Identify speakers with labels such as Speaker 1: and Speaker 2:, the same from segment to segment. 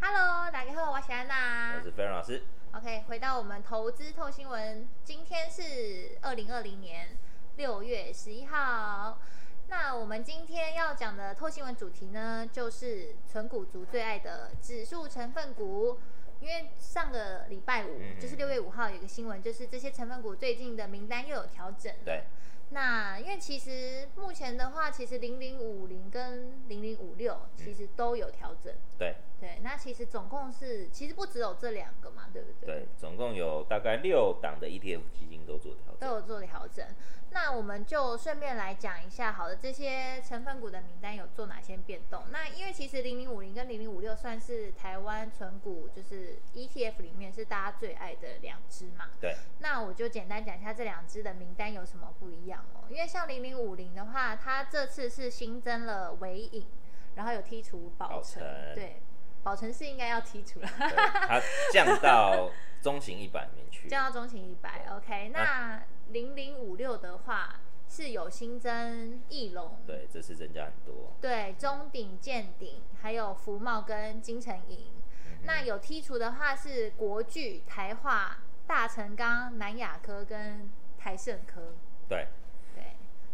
Speaker 1: Hello，大家好，我是安娜
Speaker 2: 我。是菲仁老师。
Speaker 1: OK，回到我们投资透新闻，今天是二零二零年六月十一号。那我们今天要讲的透新闻主题呢，就是纯股族最爱的指数成分股。因为上个礼拜五，
Speaker 2: 嗯
Speaker 1: 就是六月五号，有一个新闻，就是这些成分股最近的名单又有调整。
Speaker 2: 对，
Speaker 1: 那因为其实目前的话，其实零零五零跟零零五六其实都有调整。
Speaker 2: 对，
Speaker 1: 对，那其实总共是其实不只有这两个嘛，对不对？
Speaker 2: 对，总共有大概六档的 ETF 基金都做调
Speaker 1: 都
Speaker 2: 整。
Speaker 1: 有做调整。那我们就顺便来讲一下，好的，这些成分股的名单有做哪些变动？那因为其实零零五零跟零零五六算是台湾纯股，就是 ETF 里面是大家最爱的两只嘛。
Speaker 2: 对，
Speaker 1: 那我就简单讲一下这两支的名单有什么不一样哦。因为像零零五零的话，它这次是新增了尾影，然后有剔除宝
Speaker 2: 宝
Speaker 1: 城，
Speaker 2: 城
Speaker 1: 对，宝城是应该要剔除了，
Speaker 2: 对它降到中型一百里面去。
Speaker 1: 降到中型一百。OK，那零零五六的话是有新增翼龙，
Speaker 2: 对，这次增加很多。
Speaker 1: 对，中鼎、建鼎，还有福茂跟金城银。
Speaker 2: 嗯
Speaker 1: 那有剔除的话是国巨、台化、大成钢、南亚科跟台盛科。
Speaker 2: 对，
Speaker 1: 对，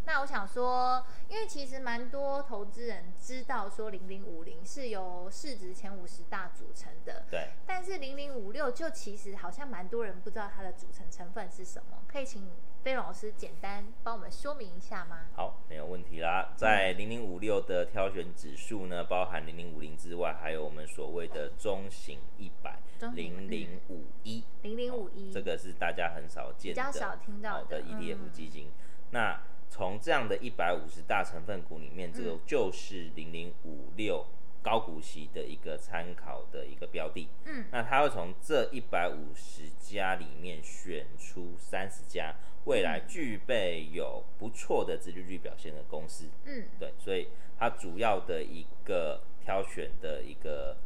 Speaker 1: 那我想说，因为其实蛮多投资人知道说零零五零是由市值前五十大组成的，
Speaker 2: 对，
Speaker 1: 但是零零五六就其实好像蛮多人不知道它的组成成分是什么，可以请飞龙老师简单帮我们说明一下吗？
Speaker 2: 好，没有问题啦。
Speaker 1: 嗯
Speaker 2: 在零零五六的挑选指数呢，包含零零五零之外，还有我们所谓的中型一百
Speaker 1: 中、型
Speaker 2: 零零五一。
Speaker 1: 零零五一，
Speaker 2: 这个是大家很少见的，
Speaker 1: 比较少听到
Speaker 2: 好
Speaker 1: 的
Speaker 2: 的
Speaker 1: 嗯
Speaker 2: ETF 基金。那从这样的一百五十大成分股里面，这
Speaker 1: 嗯
Speaker 2: 个就是零零五六高股息的一个参考的一个标的。
Speaker 1: 嗯，
Speaker 2: 那它会从这一百五十家里面选出三十家未来具备有不错的自利率表现的公司。
Speaker 1: 嗯，
Speaker 2: 对，所以它主要的一个挑选的一个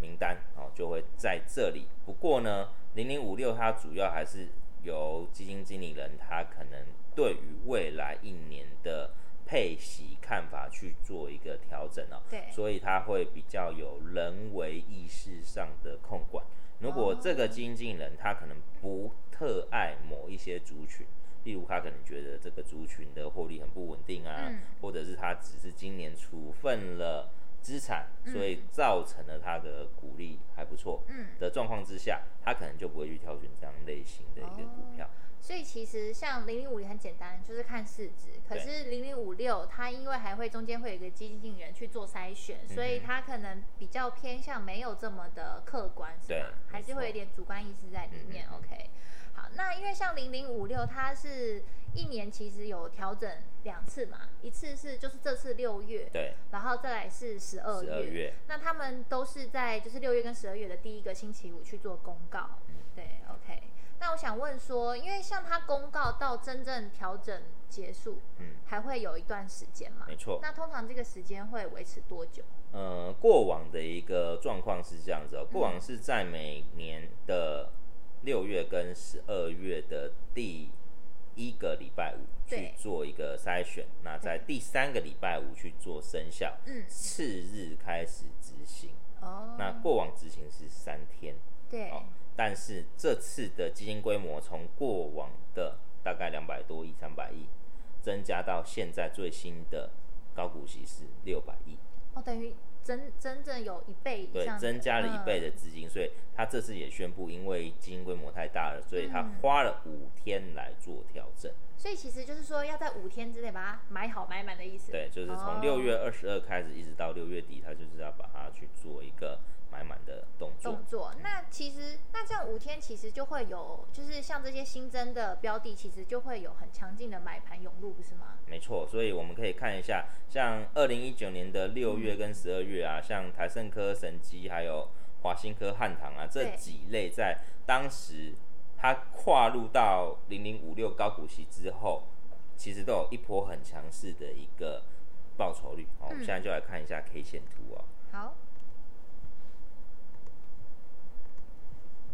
Speaker 2: 名单哦，就会在这里。不过呢，零零五六它主要还是由基金经理人他可能对于未来一年的配息看法去做一个调整哦，
Speaker 1: 对，
Speaker 2: 所以它会比较有人为意识上的控管。如果这个基金经理人他可能不特爱某一些族群，例如他可能觉得这个族群的获利很不稳定啊，
Speaker 1: 嗯
Speaker 2: 或者是他只是今年处分了资产，所以造成了他的股利还不错
Speaker 1: 嗯。
Speaker 2: 的状况之下，他可能就不会去挑选这样类型的一个股票。
Speaker 1: 所以其实像零零五零很简单，就是看市值。可
Speaker 2: 对
Speaker 1: 是零零五六它因为还会中间会有一个基金经理人去做筛选，
Speaker 2: 嗯
Speaker 1: 所以它可能比较偏向没有这么的客观，是
Speaker 2: 对
Speaker 1: 吧？还是
Speaker 2: 没错
Speaker 1: 会有一点主观意识在里面。
Speaker 2: 嗯嗯嗯
Speaker 1: OK，好，那因为像零零五六它是一年其实有调整两次嘛，一次是就是这次六月，
Speaker 2: 对，
Speaker 1: 然后再来是十二
Speaker 2: 十二
Speaker 1: 月。
Speaker 2: 月。
Speaker 1: 那他们都是在就是六月跟十二月的第一个星期五去做公告。对，OK。那我想问说，因为像它公告到真正调整结束，
Speaker 2: 嗯，
Speaker 1: 还会有一段时间嘛？
Speaker 2: 没错。
Speaker 1: 那通常这个时间会维持多久？
Speaker 2: 呃，过往的一个状况是这样子
Speaker 1: 嗯
Speaker 2: 哦，过往是在每年的六月跟十二月的第一个礼拜五
Speaker 1: 对
Speaker 2: 去做一个筛选，那在第三个礼拜五去做生效，
Speaker 1: 嗯，
Speaker 2: 次日开始执行。
Speaker 1: 哦，
Speaker 2: 那过往执行是三天，
Speaker 1: 对，
Speaker 2: 哦，但是这次的基金规模从过往的大概两百多亿、三百亿，增加到现在最新的高股息是六百亿。
Speaker 1: 哦，等于真真正有一倍以
Speaker 2: 对
Speaker 1: 上，的，
Speaker 2: 增加了一倍
Speaker 1: 嗯
Speaker 2: 的资金，所以他这次也宣布，因为基金规模太大了，所以他花了五天来做调整。
Speaker 1: 所以其实就是说要在五天之内把它买好买满的意思。
Speaker 2: 对，就是
Speaker 1: 哦
Speaker 2: 从六月二十二开始，一直到六月底，他就是要把它去做一个买满的动作
Speaker 1: 动。作。那其实那这样五天其实就会有，就是像这些新增的标的，其实就会有很强劲的买盘涌入，不是吗？
Speaker 2: 没错，所以我们可以看一下，像二零一九年的六月跟十二月啊，像台盛科、神机还有华新科、汉唐啊这
Speaker 1: 对
Speaker 2: 几类，在当时它跨入到零零五六高股息之后，其实都有一波很强势的一个报酬率。好，我们现在就来看一下 K 线图哦。
Speaker 1: 好，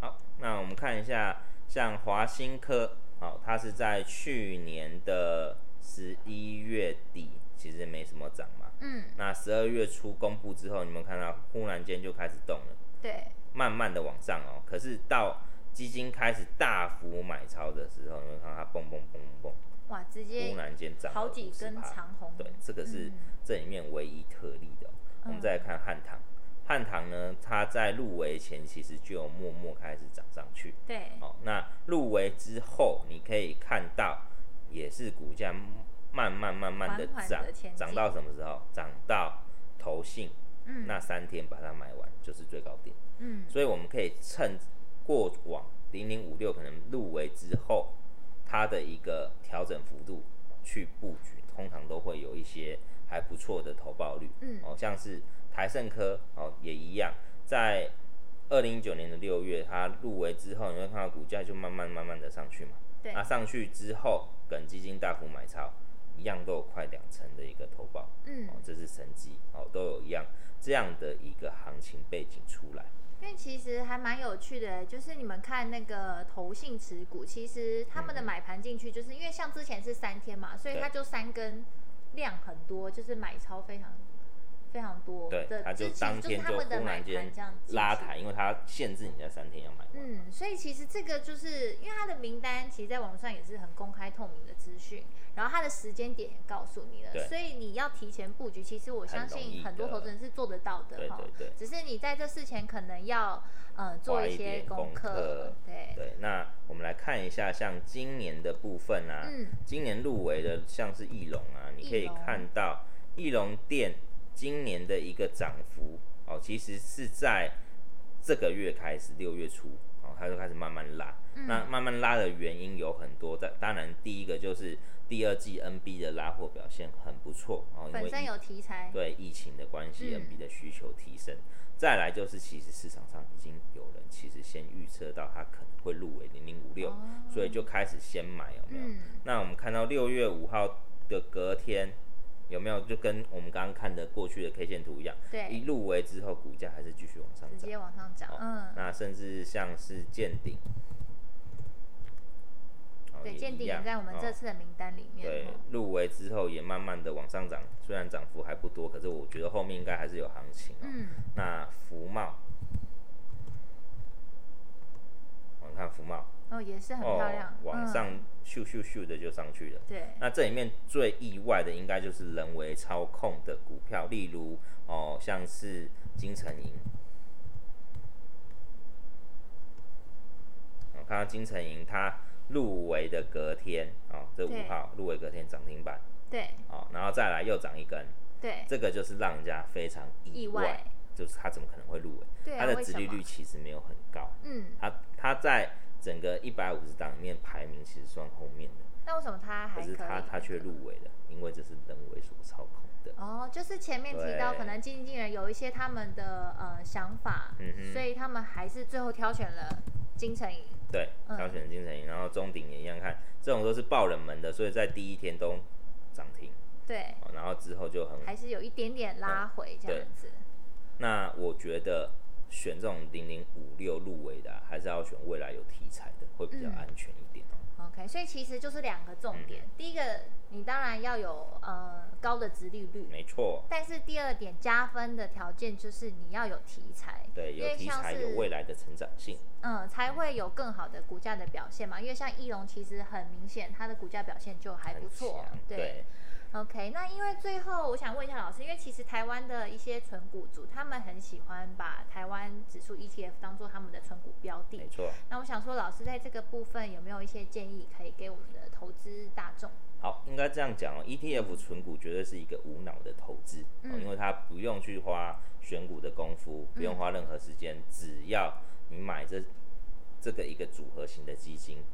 Speaker 2: 好，那我们看一下，像华新科，好，它是在去年的十一月底其实没什么涨嘛。
Speaker 1: 嗯，
Speaker 2: 那十二月初公布之后，你们看到忽然间就开始动了，
Speaker 1: 对，
Speaker 2: 慢慢的往上哦。可是到基金开始大幅买超的时候，你会看到它蹦蹦蹦蹦
Speaker 1: 哇，直
Speaker 2: 蹦，
Speaker 1: 接
Speaker 2: 忽然间涨了
Speaker 1: 好几
Speaker 2: 50%
Speaker 1: 根长红，
Speaker 2: 对，这个是
Speaker 1: 嗯
Speaker 2: 这里面唯一特例的哦、我们再来看汉唐，汉唐呢，它在入围前其实就默默开始涨上去。
Speaker 1: 对，
Speaker 2: 哦，那入围之后，你可以看到，也是股价慢慢慢慢的
Speaker 1: 缓缓地
Speaker 2: 涨
Speaker 1: 前，进
Speaker 2: 涨到什么时候？涨到投信
Speaker 1: 嗯，
Speaker 2: 那三天把它买完，就是最高点。
Speaker 1: 嗯，
Speaker 2: 所以我们可以趁过往零零五六可能入围之后，它的一个调整幅度去布局，通常都会有一些还不错的投报率。
Speaker 1: 嗯
Speaker 2: 哦，像是台盛科哦也一样，在二零一九年的六月，它入围之后，你会看到股价就慢慢慢慢的上去嘛。
Speaker 1: 对
Speaker 2: 那，上去之后，跟基金大幅买超，一样都有快两成的一个投报。
Speaker 1: 嗯
Speaker 2: 哦，，这是神迹哦，都有一样这样的一个行情背景出来。
Speaker 1: 因为其实还蛮有趣的，就是你们看那个投信持股，其实他们的买盘进去，就是因为像之前是三天嘛，所以
Speaker 2: 嗯对
Speaker 1: 它就三根量很多，就是买超非常非常多
Speaker 2: 对，
Speaker 1: 的，
Speaker 2: 它就
Speaker 1: 之
Speaker 2: 当
Speaker 1: 前
Speaker 2: 天
Speaker 1: 是他
Speaker 2: 就
Speaker 1: 们的
Speaker 2: 忽
Speaker 1: 买
Speaker 2: 然
Speaker 1: 盘
Speaker 2: 间
Speaker 1: 这样进去
Speaker 2: 拉抬，因为它限制你在三天要买完。
Speaker 1: 嗯，所以其实这个就是因为它的名单，其实在网上也是很公开透明的资讯，然后它的时间点也告诉你了，
Speaker 2: 对
Speaker 1: 所以你要提前布局，其实我相
Speaker 2: 很容易
Speaker 1: 信
Speaker 2: 的
Speaker 1: 很多投资人是做得到的
Speaker 2: 对
Speaker 1: 哈。
Speaker 2: 对对
Speaker 1: 只是你在这事前可能要呃做
Speaker 2: 花
Speaker 1: 一
Speaker 2: 一
Speaker 1: 些
Speaker 2: 点
Speaker 1: 功
Speaker 2: 功课
Speaker 1: 对，
Speaker 2: 对，那我们来看一下，像今年的部分啊，
Speaker 1: 嗯
Speaker 2: 今年入围的像是翼龙啊，你可
Speaker 1: 翼
Speaker 2: 以
Speaker 1: 龙
Speaker 2: 看到翼龙店今年的一个涨幅哦，其实是在这个月开始，六月初哦，它就开始慢慢拉。
Speaker 1: 嗯
Speaker 2: 那慢慢拉的原因有很多，但当然第一个就是第二季 NB 的拉货表现很不错哦，因
Speaker 1: 本
Speaker 2: 为
Speaker 1: 身
Speaker 2: 疫
Speaker 1: 有题材，
Speaker 2: 对疫情的关系
Speaker 1: 嗯
Speaker 2: ，NB 的需求提升。再来就是，其实市场上已经有人其实先预测到它可能会入围零零五六
Speaker 1: 哦，
Speaker 2: 所以就开始先买，有没有？
Speaker 1: 嗯
Speaker 2: 那我们看到六月五号的隔天，有没有就跟我们刚刚看的过去的 K 线图一样，一
Speaker 1: 对，
Speaker 2: 入围之后股价还是继续往上
Speaker 1: 直
Speaker 2: 涨。
Speaker 1: 接往上涨，嗯，
Speaker 2: 那甚至像是见顶，哦
Speaker 1: 对，见顶也在我们这。次的名单里
Speaker 2: 也一样哦
Speaker 1: 面，
Speaker 2: 对
Speaker 1: 哦，
Speaker 2: 入围之后也慢慢的往上涨，虽然涨幅还不多，可是我觉得后面应该还是有行情、哦。
Speaker 1: 嗯，
Speaker 2: 那福茂，我们看福茂，
Speaker 1: 哦，也是很漂亮
Speaker 2: 哦，，往上
Speaker 1: 嗯，
Speaker 2: 咻咻咻的就上去了。
Speaker 1: 对，
Speaker 2: 那这里面最意外的应该就是人为操控的股票，例如哦，像是金城银。我、哦看到金城银它入围的隔天哦，这
Speaker 1: 对
Speaker 2: 五号入围隔天涨停板
Speaker 1: 对，
Speaker 2: 哦，然后再来又涨一根，
Speaker 1: 对，
Speaker 2: 这个就是让人家非常
Speaker 1: 意
Speaker 2: 意外，
Speaker 1: 外
Speaker 2: 就是它怎么可能会入围？
Speaker 1: 对啊
Speaker 2: 它的
Speaker 1: 为
Speaker 2: 殖
Speaker 1: 什
Speaker 2: 利
Speaker 1: 么
Speaker 2: 率其实没有很高，
Speaker 1: 嗯，
Speaker 2: 它它在整个一百五十档里面排名其实算后面的。
Speaker 1: 那为什么他还
Speaker 2: 可是
Speaker 1: 以
Speaker 2: 他他却入围了，因为这是人为所操控的。
Speaker 1: 哦，就是前面提到，
Speaker 2: 对
Speaker 1: 可能经纪人有一些他们的呃想法，
Speaker 2: 嗯哼
Speaker 1: 所以他们还是最后挑选了金城银。
Speaker 2: 对，
Speaker 1: 嗯
Speaker 2: 挑选了金城银，然后中鼎也一样看，这种都是爆冷门的，所以在第一天都涨停，
Speaker 1: 对，
Speaker 2: 哦然后之后就很。
Speaker 1: 还是有一点点拉回这样子。
Speaker 2: 那我觉得选这种零零五六入围的啊、还是要选未来有题材的，会比较
Speaker 1: 嗯
Speaker 2: 安全一点哦。
Speaker 1: OK，所以其实就是两个重点，
Speaker 2: 嗯
Speaker 1: 第一个你当然要有呃高的殖利率，
Speaker 2: 没错，
Speaker 1: 但是第二点加分的条件就是你要有题材，
Speaker 2: 对，
Speaker 1: 因
Speaker 2: 有
Speaker 1: 为
Speaker 2: 题
Speaker 1: 像
Speaker 2: 材有
Speaker 1: 是
Speaker 2: 未来的成长性。
Speaker 1: 嗯，才会有更好的股价的表现嘛。因为像翼龙，其实很明显它的股价表现就还不
Speaker 2: 很
Speaker 1: 错
Speaker 2: 强，对，
Speaker 1: OK，那因为最后我想问一下老师，因为其实台湾的一些纯股族，他们很喜欢把台湾指数 ETF 当做他们的纯股标
Speaker 2: 没
Speaker 1: 的。
Speaker 2: 错。
Speaker 1: 那我想说，老师在这个部分有没有一些建议可以给我们的投资大众？
Speaker 2: 好，应该这样讲哦，ETF 存股绝对是一个无脑的投资、哦
Speaker 1: 嗯
Speaker 2: 因为它不用去花选股的功夫，不用花任何时间，只要你买这这个一个组合型的基金，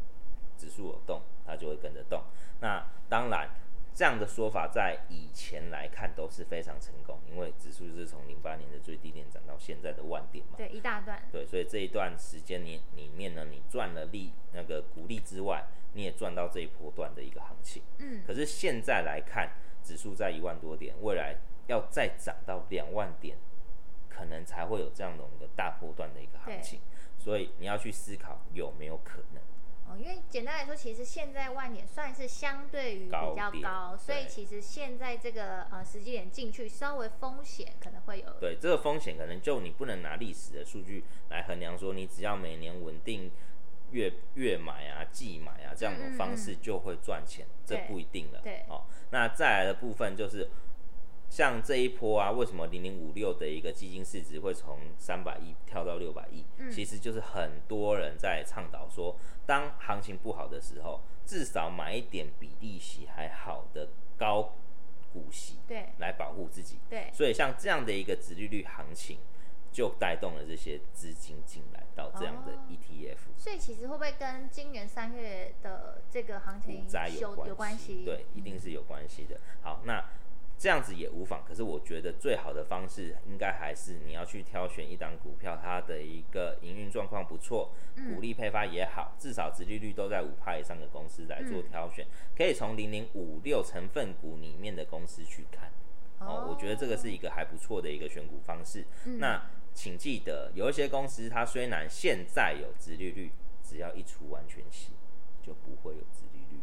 Speaker 2: 指数有动，它就会跟着动。那当然，这样的说法在以前来看都是非常成功，因为指数就是从零八年的最低点涨到现在的万点嘛。
Speaker 1: 对，一大段，
Speaker 2: 对，所以这一段时间你里面呢，你赚了利那个股利之外，你也赚到这一波段的一个行情。
Speaker 1: 嗯，
Speaker 2: 可是现在来看，指数在一万多点，未来要再涨到两万点，可能才会有这样的一个大波段的一个行情。所以你要去思考有没有可能。
Speaker 1: 哦，因为简单来说，其实现在万点算是相对于比
Speaker 2: 高
Speaker 1: 较
Speaker 2: 点
Speaker 1: 高，所以
Speaker 2: 对
Speaker 1: 其实现在这个呃时机点进去，稍微风险可能会有
Speaker 2: 对这个风险，可能就你不能拿历史的数据来衡量，说你只要每年稳定月月买啊、季买啊这样
Speaker 1: 嗯嗯
Speaker 2: 的方式就会赚钱，这
Speaker 1: 对
Speaker 2: 不一定了。
Speaker 1: 对
Speaker 2: 哦，那再来的部分就是。像这一波啊，为什么零零五六的一个基金市值会从三百亿跳到六百亿？
Speaker 1: 嗯
Speaker 2: 其实就是很多人在倡导说，当行情不好的时候，至少买一点比利息还好的高股息
Speaker 1: 对
Speaker 2: 来保护自己。
Speaker 1: 对
Speaker 2: 所以像这样的一个殖利率行情，就带动了这些资金进来到这样的 E
Speaker 1: 哦
Speaker 2: ETF
Speaker 1: 所以其实会不会跟今年三月的这个行
Speaker 2: 股
Speaker 1: 情
Speaker 2: 灾
Speaker 1: 有有关系？嗯
Speaker 2: 对，一定是有关系的。好，那这样子也无妨。可是我觉得最好的方式，应该还是你要去挑选一档股票，它的一个营运状况不错，
Speaker 1: 嗯
Speaker 2: 股利配发也好，至少殖利率都在五趴以上的公司来做
Speaker 1: 嗯
Speaker 2: 挑选，可以从零零五六成分股里面的公司去看。哦，我觉得这个是一个还不错的一个选股方式。
Speaker 1: 嗯
Speaker 2: 那请记得，有一些公司它虽然现在有殖利率，只要一除完全息，就不会有殖利率。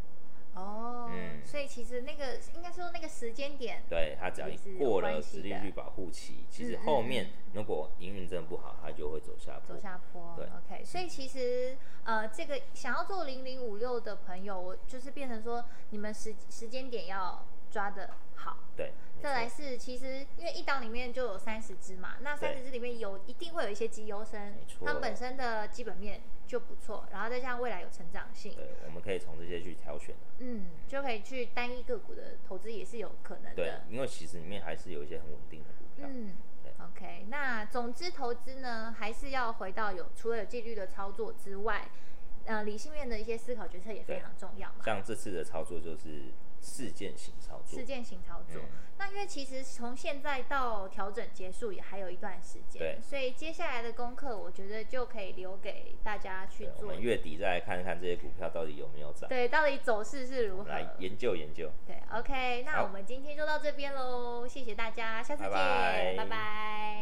Speaker 1: 哦，
Speaker 2: 嗯
Speaker 1: 所以其实那个应该说那个时间点，
Speaker 2: 对，它只要一
Speaker 1: 也是有
Speaker 2: 过了
Speaker 1: 关
Speaker 2: 殖
Speaker 1: 系
Speaker 2: 利
Speaker 1: 的
Speaker 2: 率保护期，其实
Speaker 1: 嗯嗯
Speaker 2: 后面
Speaker 1: 嗯
Speaker 2: 如果营运真的不好，它就会走下坡
Speaker 1: 走。下坡。
Speaker 2: 对
Speaker 1: o k 所以其实呃，这个想要做零零五六的朋友，我就是变成说，你们时时间点要抓的好。
Speaker 2: 对，没
Speaker 1: 再来
Speaker 2: 错
Speaker 1: 是，其实因为一档里面就有三十只嘛，那
Speaker 2: 对
Speaker 1: 三十只里面有一定会有一些绩优生
Speaker 2: 没，错
Speaker 1: 他们本身的基本面就不错，然后再加上未来有成长性，
Speaker 2: 对，我们可以从这些去挑选。
Speaker 1: 嗯，就可以去单一个股的投资也是有可能
Speaker 2: 对
Speaker 1: 的。，
Speaker 2: 因为其实里面还是有一些很稳定的股票。
Speaker 1: 嗯
Speaker 2: 对
Speaker 1: ，OK，那总之投资呢，还是要回到有除了有纪律的操作之外，呃，理性面的一些思考决策也非
Speaker 2: 对
Speaker 1: 常重要嘛。
Speaker 2: 像这次的操作就是事件型操作
Speaker 1: 事，件型操作，
Speaker 2: 嗯
Speaker 1: 那因为其实从现在到调整结束也还有一段时间
Speaker 2: 对，
Speaker 1: 所以接下来的功课我觉得就可以留给大家去
Speaker 2: 对我
Speaker 1: 做，
Speaker 2: 们月底再来看看这些股票到底有没有涨，
Speaker 1: 对，到底走势是如何？
Speaker 2: 来研究研究。
Speaker 1: 对，OK，那
Speaker 2: 好
Speaker 1: 我们今天就到这边喽，谢谢大家，下次见，
Speaker 2: 拜拜
Speaker 1: 拜拜